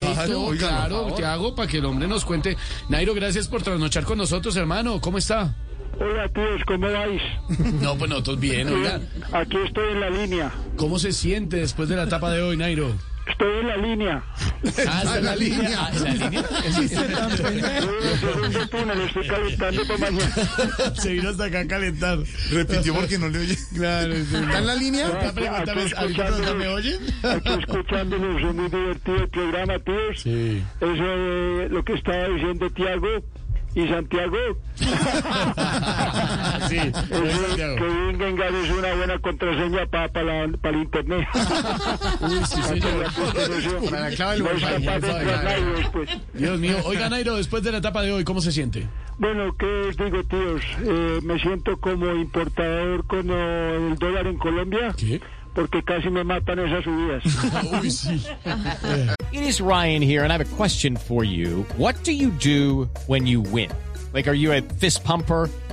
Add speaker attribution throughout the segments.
Speaker 1: Claro, claro, te hago para que el hombre nos cuente. Nairo, gracias por trasnochar con nosotros, hermano. ¿Cómo está?
Speaker 2: Hola tíos, ¿cómo vais?
Speaker 1: No, pues nosotros bien, oiga.
Speaker 2: Aquí estoy en la línea.
Speaker 1: ¿Cómo se siente después de la etapa de hoy, Nairo?
Speaker 2: Estoy en la línea.
Speaker 1: Ah, está en la línea. Ah, en la línea.
Speaker 2: Voy a hacer un túnel, estoy calentando para mañana.
Speaker 1: Se vino hasta acá a calentar.
Speaker 3: Repitió porque no le oye.
Speaker 1: Claro, sí.
Speaker 3: ¿Está en la línea?
Speaker 1: La Ah, pregunta es, ¿ahorita no me oyen?
Speaker 2: Aquí escuchándolos, es muy divertido el programa, tíos.
Speaker 1: Sí.
Speaker 2: Eso eh, lo que estaba diciendo Tiago y Santiago.
Speaker 1: Sí,
Speaker 2: Eso,
Speaker 1: oye,
Speaker 2: que
Speaker 1: Santiago.
Speaker 2: un Gengar es una buena contraseña para la, para el internet.
Speaker 1: Uy, sí, señor.
Speaker 3: Para la clave del
Speaker 2: No es
Speaker 3: wifi, ya
Speaker 2: capaz de
Speaker 3: sabe,
Speaker 2: entrar
Speaker 3: claro.
Speaker 2: nadie después.
Speaker 1: Dios mío. Oiga, Nairo, después de la etapa de hoy, ¿cómo se siente?
Speaker 2: Bueno, ¿qué os digo, tíos? Eh, me siento como importador con eh, el dólar en Colombia.
Speaker 1: ¿Qué?
Speaker 2: Porque casi me matan esas subidas.
Speaker 1: Ah, Uy, sí.
Speaker 4: It is Ryan here, and I have a question for you. What do you do when you win? Like, are you a fist pumper?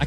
Speaker 4: I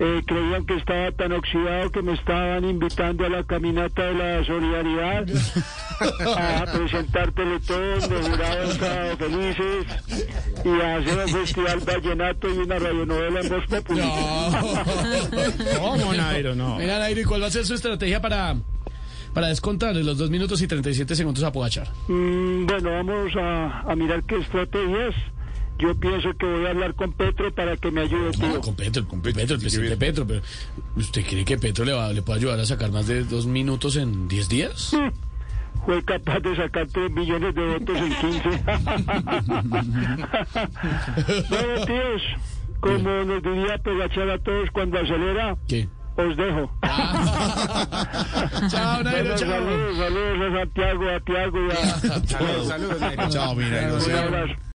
Speaker 2: Eh, creían que estaba tan oxidado que me estaban invitando a la caminata de la solidaridad a presentar pelotón de jurados a felices y a hacer un festival vallenato y una radionovela en Voz Populi.
Speaker 1: ¿Cómo, Nairo? No. Mira, Nairo, ¿y cuál va a ser su estrategia para, para descontarle los 2 minutos y 37 segundos a Pogachar?
Speaker 2: Mm, Bueno, vamos a, a mirar qué estrategias. Yo pienso que voy a hablar con Petro para que me ayude, tío.
Speaker 1: Ah, con Petro, con Petro, el presidente Petro. Pero ¿Usted cree que Petro le, va, le puede ayudar a sacar más de 2 minutos en 10 días?
Speaker 3: Hmm.
Speaker 2: Fue capaz de sacar 3 millones de votos en 15. bueno, tíos, como nos diría Pegachar a todos cuando acelera,
Speaker 1: ¿Qué?
Speaker 2: os dejo.
Speaker 1: chao, Nairo,
Speaker 2: Bueno,
Speaker 1: chao.
Speaker 2: saludos, saludos a Santiago, a Tiago y a...
Speaker 3: Saludos, saludos, Nairo. Chao, mi Nairo.
Speaker 2: Un abrazo.